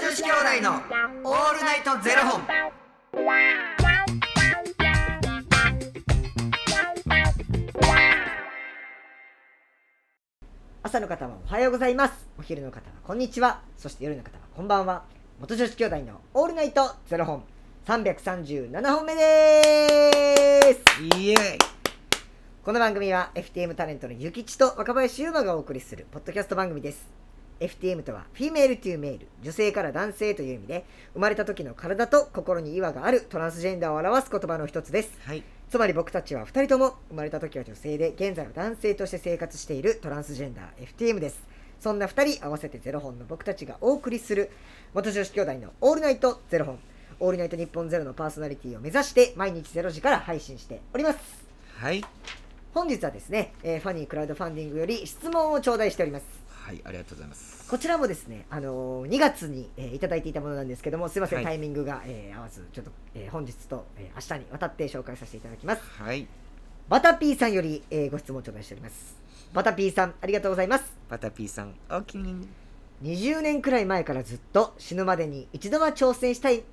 子兄弟のオールナイトゼロ本。朝の方はおはようございますお昼の方はこんにちはそして夜の方はこんばんは元女子兄弟のオールナイトゼロ本337本目ですイエーイ。この番組は FTM タレントのゆきちと若林優馬がお送りするポッドキャスト番組です。FTM とはフィメールというメール、女性から男性という意味で、生まれた時の体と心に違和があるトランスジェンダーを表す言葉の一つです。はい。つまり僕たちは2人とも生まれた時は女性で現在は男性として生活しているトランスジェンダー FTM ですそんな2人合わせてゼロ本の僕たちがお送りする元女子兄弟の「オールナイトゼロ本」「オールナイト日本ゼロのパーソナリティを目指して毎日ゼロ時から配信しておりますはい。本日はですね、えーファニークラウドファンディングより質問を頂戴しておりますはい、ありがとうございます。こちらもですね、あのー2月に、えーいただいていたものなんですけどもすいません、はいタイミングが、えー合わずちょっと、えー本日と、えー明日にわたって紹介させていただきますはい。バタピーさんより、えーご質問を頂戴しております。バタピーさん、ありがとうございます。バタピーさん、おきに。 20年くらい前からずっと死ぬまでに一度は挑戦したい、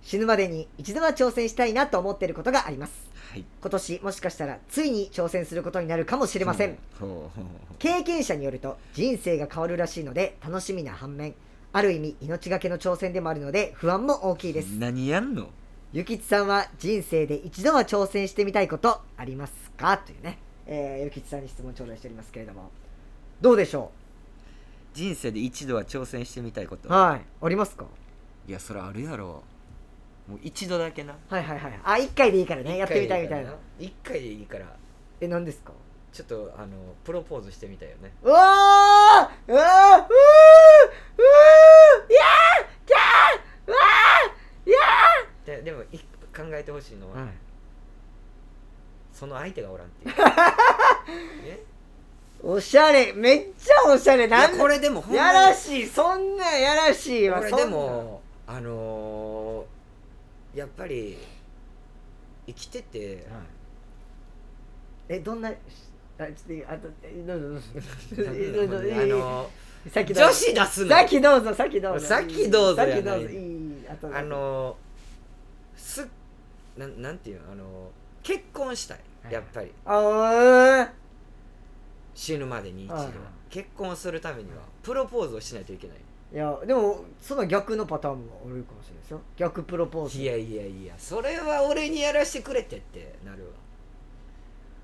死ぬまでに一度は挑戦したいなと思っていることがあります。はい。今年もしかしたらついに挑戦することになるかもしれません。ほうほうほ。経験者によると人生が変わるらしいので楽しみな反面、ある意味命がけの挑戦でもあるので不安も大きいうです。何やんの。ゆきちさんは人生で一度は挑戦してみたいことありますかというね、えー、ゆきちさんに質問頂戴しておりますけれどもどうでしょ人生で一度は挑戦してみたいことう。はいありますかいや、それあるやろ。もう一度だけな。はいはいはいあ一回でいいからねやってみたいみたいな一回でいいからえ何ですかちょっとあのプロポーズしてみたいよねうわーうわーうわーうわーいやーキャーうわででもい考えてほしいのは、ーはいその相手がおらんっ ていうねおしゃれめっちゃおしゃれいやなんこれでもほんまやにらしいそんなんやらしいわこれそんでなんもあのーやっぱり生きててえどんなあちょっとあとえどうぞどうぞえどうぞあえのえさっきーどう女ぞ子出すのさっきどうぞさっきどうぞさっきどうぞさっやきなどうぞいいあとあのーすなんなんていうのあのー結婚したいはいやっぱりあー死ぬまでに一度はい結婚するためにはプロポーズをしないといけないいやでもその逆のパターンもあるかもしれないですよ逆プロポーズいやいやいやそれは俺にやらしてくれてってなる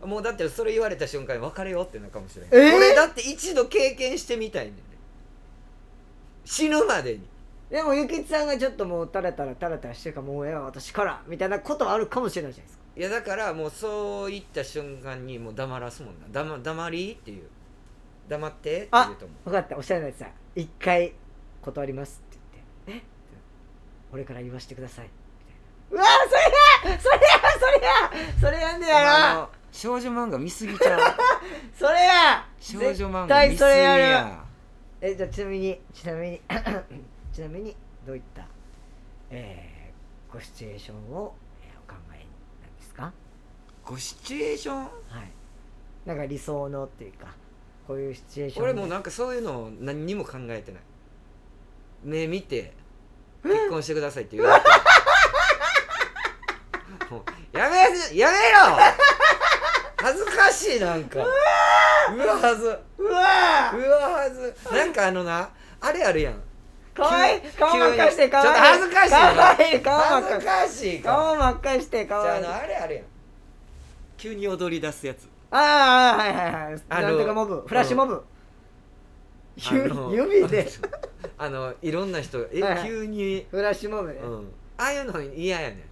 わもうだってそれ言われた瞬間に別れようってなるかもしれん、えー俺だって一度経験してみたいねんで死ぬまでにでもゆきつさんがちょっともうタラタラタラタラしてるからもうええわ私からみたいなことはあるかもしれないじゃないですかいやだからもうそう言った瞬間にもう黙らすもんな黙黙りっていう黙ってって言うと思分かったおしゃれなやつだ一回断りますって言って「え俺から言わせてください」みたいなうわーそれやそれやそれやそれやんねうやあろの少女漫画見す ぎちゃうそれや少女漫絶画対見そすぎれやるやえじゃあちなみにちなみに ちなみにどういった、えー、ごシチュエーションを、えーお考えなんですかごシチュエーションはいなんか理想のっていうかこういうシチュエーション俺もうなんかそういうのを何にも考えてない目見て結婚してくださいって言われてもうやめやめろ恥ずかしいなんかうわはずうわうわはずなんかあのなあれあるやんーかわいい急に顔真っ赤してかわいいちょっと恥ずかしいかなわいい顔真っ恥赤ずかしいか顔真っ赤してかじゃわああいいのあれあれやん急に踊り出すやつああはいはいはいあなのんとかモブフラッシュモブゆあの指で あのいろんな人え、はいはい急に、フラッシュモブね、うん、ああいうの嫌やねん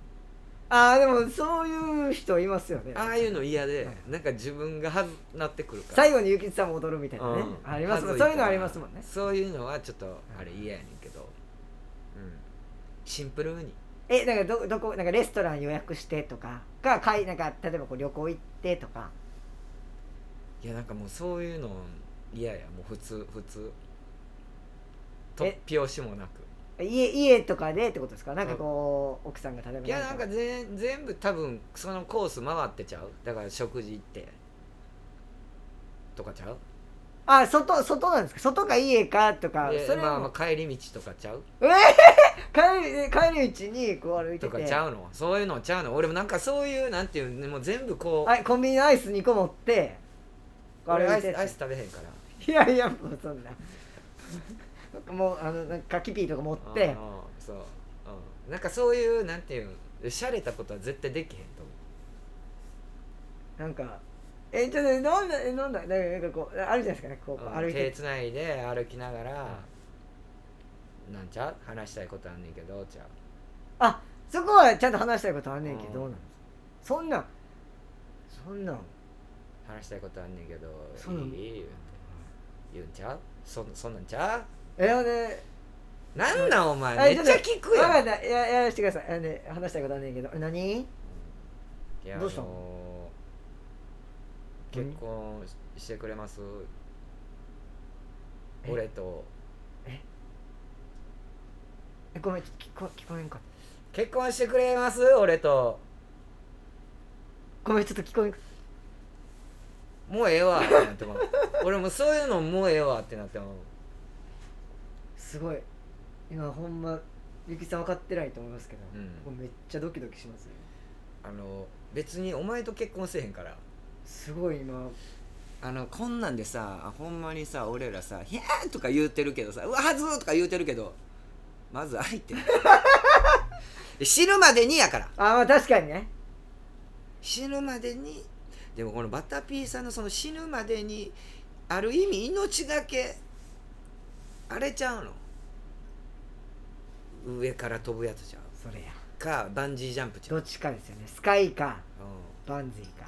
ああでもそういう人いますよねああいうの嫌でうなんか自分がはずなってくるから最後にゆきちさんも踊るみたいなね、うんありますはずもんそからういうのありますもんねそういうのはちょっとあれ嫌やねんけど、うん、シンプルにえなんかどどこなんかレストラン予約してとかかかいなんか例えばこう旅行行ってとかいやなんかもうそういうの嫌やもう普通普通突拍子もなく家家とかでってことですかなんかこう、奥さんが例えばいやなんかぜ全部多分そのコース回ってちゃうだから食事行ってとかちゃうあ外外なんですか外か家かとかでそれまあはまもあ帰り道とかちゃうう、えー、帰り帰り道にこう歩いてとかてちゃうのそういうのちゃうの俺もなんかそういうなんていうのもう全部こうはいコンビニのアイス2個持ってこう俺歩アいイてスてアイス食べへんからいやいやもうそんなもうあのなんかキピーとか持ってうんうんそう、うん、なんかそういうなんていうんしゃれたことは絶対できへんと思なんかえちょっと飲んだえ飲んだなんかなんかこうあるじゃないですかねこうこうう、うん歩い手てつないで歩きながら、なんちゃう話したいことあんねんけどちゃうあそこはちゃんと話したいことあんねんけどうんどうなんですそんなんそんなん話したいことあんねんけどそんなんいい言うて言うんちゃうそんそんなんちゃえあのねうなんなんお前あめっちゃ聞くわかやっんたいややらせてくださいあのね話したいことあんねんけどえ何いやどうしたあのー何結婚してくれますえ俺とえごめんちょっと聞こ聞こえんかった結婚してくれます俺とごめんちょっと聞こえんかっもうええわってなって も俺もうそういうのもうええわってなってもたすごい今ほんまゆきさん分かってないと思いますけど、うんもうめっちゃドキドキしますよあの別にお前と結婚せえへんからすごい今あのこんなんでさあほんまにさ俺らさ「ひゃー!」とか言うてるけどさ「うわはずー!」とか言うてるけどまず 相手死ぬまでにやからあまあ確かにね死ぬまでにでもこのバタピーさんのその死ぬまでにある意味命だけ荒れちゃうの上から飛ぶやつちゃうそれやかバンジージャンプちゃどうっちかですよねスカイかうバンジーか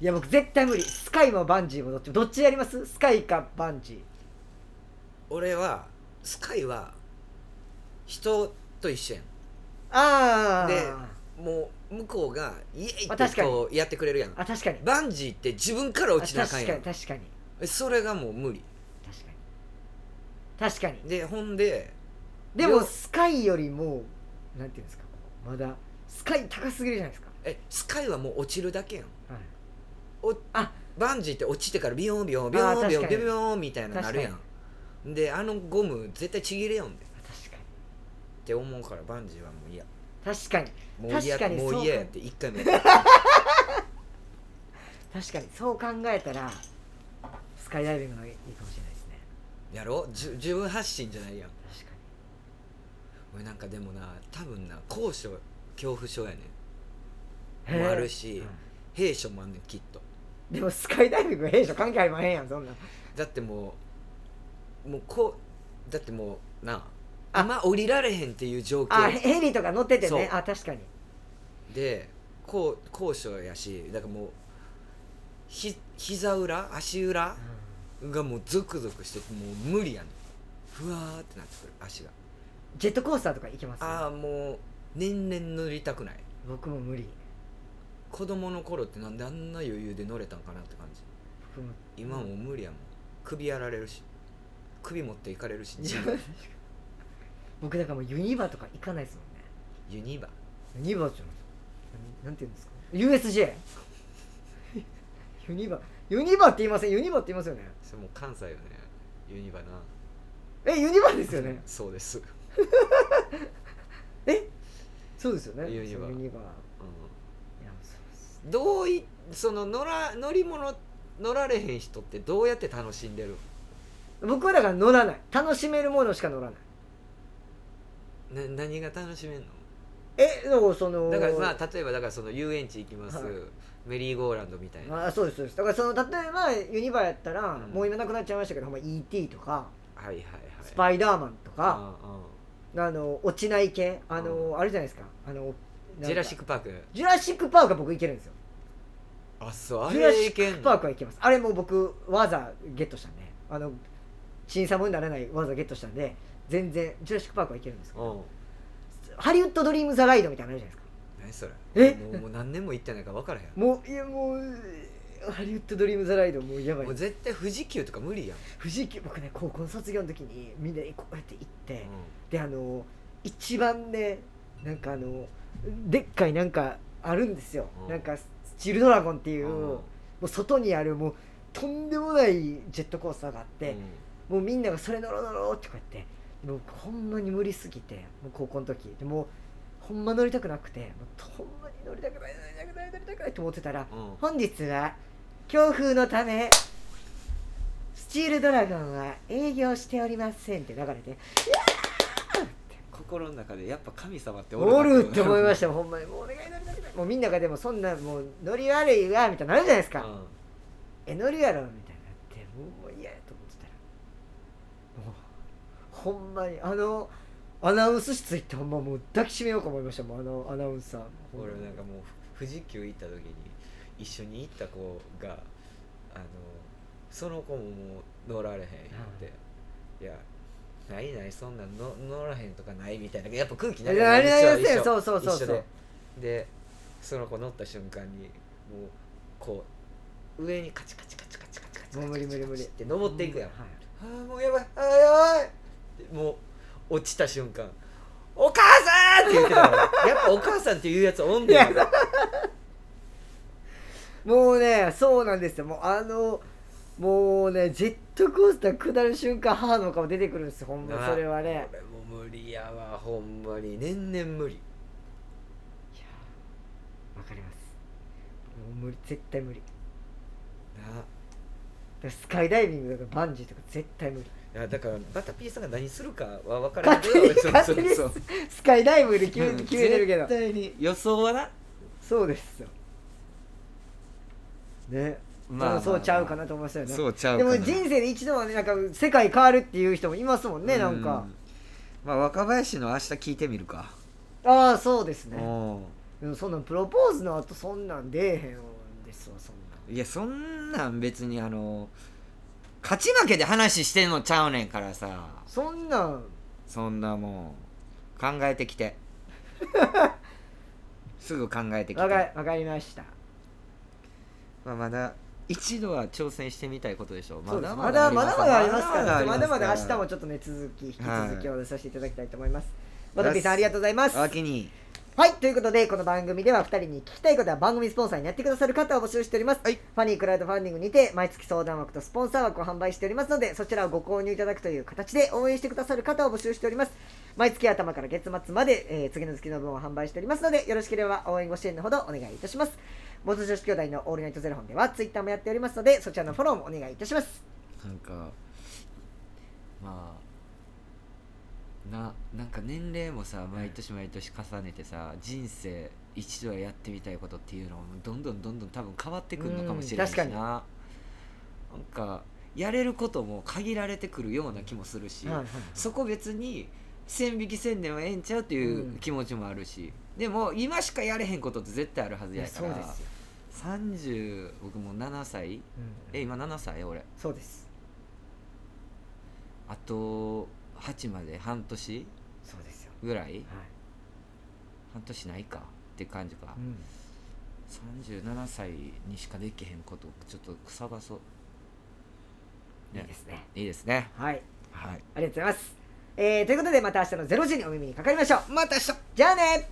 いや僕絶対無理スカイもバンジーもどっちもどっちやりますスカイかバンジん俺はスカイは人と一緒やんーああでもう向こうがイエイまあって確かにこうやってくれるやんあ確かにバンジーって自分からあ落確ちかなにあかん確やかんに確かにそれがもう無理確かにでほんででよもスカイよりもなんていうんですかまだスカイ高すぎるじゃないですか、えスカイはもう落ちるだけやんはい、バンジーって落ちてからビヨンビヨンビヨあーンビヨン確かビにヨンみたいなのなるや確んであのゴム絶対ちぎれよんでっあ確かにて思うからバンジーはもう嫌確かにもう嫌確かにそもううか嫌やって一回目だか確かにそう考えたらスカイダイビングの方がいいかもしれないですねやろじゅ自分発信じゃないやん確かに俺なんかでもな多分な高所恐怖症やねへんえもあるしうん兵所もあんねんきっとでもスカイダイビングは弊社関係ありまへんやんそんなんだってもうもうこうだってもうなああんま降りられへんっていう状あ況ヘリとか乗っててそうねあ確かにでこう高所やしだからもうひ膝裏足裏がもうゾクゾクしてもう無理やねんふわーってなってくる足がジェットコースターとか行けますああもう年々乗りたくない僕も無理子供の頃ってなんであんな余裕で乗れたんかなって感じ僕も今もう無理やもん首やられるし首持っていかれ るしいや 僕だからもうユニバとか行かないですもんねユニバユニバじゃない何なんて言うんですか USJ ユニバユニバって言いませんユニバって言いますよねそれもう関西よねユニバなえユニバですよね そうです、うん、えそうですよねユニバそうユニバいやそうですどういその乗ら乗り物乗られへん人ってどうやって楽しんでる僕はだから乗らない楽しめるものしか乗らないな何が楽しめんのえだからそのだからまあ例えばだからその遊園地行きます、はいメリーゴーランドみたいなあそうですそうですだからその例えばユニバやったら、うんもう今なくなっちゃいましたけど、ほんま ET とか、はいはいはいスパイダーマンとか、うんうんあの落ちない系あの、あれじゃないですかあのなんかジュラシック・パークジュラシック・パークは僕いけるんですよあそうあジュラれシいッけんク・のパークはいけますあれもう僕技ゲットしたんであの審査もにならない技ゲットしたんで全然ジュラシック・パークはいけるんですけどうんハリウッド・ドリーム・ザ・ライドみたいなのあるじゃないですか何それえもうもう何年も行ってないから分からへんもういやもうハリウッド・ドリーム・ザ・ライドもうやばいもう絶対富士急とか無理やん、藤井急僕ね高校の卒業の時にみんなでこうやって行って、うんであの一番ねなんかあのでっかいなんかあるんですよ、うんなんかスチルドラゴンっていう、うんもう外にあるもうとんでもないジェットコースターがあって、うんもうみんながそれ乗ろう乗ろうってこうやってもうほんまに無理すぎてもう高校の時でもうほんま乗りたくなくてもうほんまに乗りたくない乗りたくない乗りたくないと思ってたら、うん本日は強風のためスチールドラゴンは営業しておりませんって流れて心の中でやっぱ神様っておるって思いまししたほんまにもうお願い乗りたくないもうみんながでもそんなもう乗り悪いわみたいになるじゃないですか、うんえのりやろみたいになってもう嫌やと思ってたらもうほんまにあのアナウンス室行ってほんまもう抱きしめようか思いましたもんあのアナウンサーほま俺になんかもう富士急行った時に一緒に行った子があのその子ももう乗られへんって、いやないないそんなんの乗らへんとかないみたいなやっぱ空気流れなりなり一緒ですよ一緒そうそうそうそう一緒ででその子乗った瞬間にもうこう上にカチカチカチカチカチカチカチカもチう無理無理無理って登っていくやん、はいあーもうやばいあーやばいってもう落ちた瞬間「お母さん!」って言ってたからやっぱお母さんっていうやつおんねんいやもうねそうなんですよもうあのもうねジェットコースター下る瞬間母の顔出てくるんですよほんまなそれはね俺も無理やわほんまに年々無理いやわかりますもう無理絶対無理だかならスカイダイビングとかバンジーとか絶対無理いやだからバタピーさんが何するかは分からん勝け手どに勝手にそうそうスカイダイブで決そうめ決めてるけど絶対に予想はなそうですよねまあ多分そうちゃうかなと思いますよね、そうちゃうでかなも人生で一度はねなんか世界変わるっていう人もいますもんねなんかまあ若林の明日聞いてみるかああそうですうねんでもそんなんプロポーズの後そんなん出えへんですわそんなんいやそんなん別にあの勝ち負けで話してんのちゃうねんからさそんなんそんなもん考えてき てすぐ考えてきてわかわかりましたまあ、まだ一度は挑戦してみたいことでしょうそうですまだまだまだありますからまだまだ明日もょちょっとね続き引きはい続きお出させていただきたいと思いますバタピーさんありがとうございますわけにはい、ということで、この番組では2人に聞きたいことは番組スポンサーにやってくださる方を募集しております。はいファニークラウドファンディングにて、毎月相談枠とスポンサー枠を販売しておりますので、そちらをご購入いただくという形で応援してくださる方を募集しております。毎月頭から月末まで、えー次の月の分を販売しておりますので、よろしければ応援ご支援のほどお願いいたします。元女子兄弟のオールナイトゼロ本では、ツイッターもやっておりますので、そちらのフォローもお願いいたします。なんかまあななんか年齢もさ毎年毎年重ねてさ人生一度はやってみたいことっていうのもどんどんどんどん多分変わってくるのかもしれないしうなん確なんかやれることも限られてくるような気もするし、はいはいそこ別に線引きせんでもええんちゃうっていう気持ちもあるし、でも今しかやれへんことって絶対あるはずいややかそうらですよ、 30僕もう7歳うんえ今7歳俺そうです。あと8まで半年そうですよ。ぐらいはい。半年ないかって感じか、うん37歳にしかできへんことちょっと探そういいですね。いいですねはい。はいありがとうございます。えーということで、また明日の0時にお耳にかかりましょう。また明日じゃあね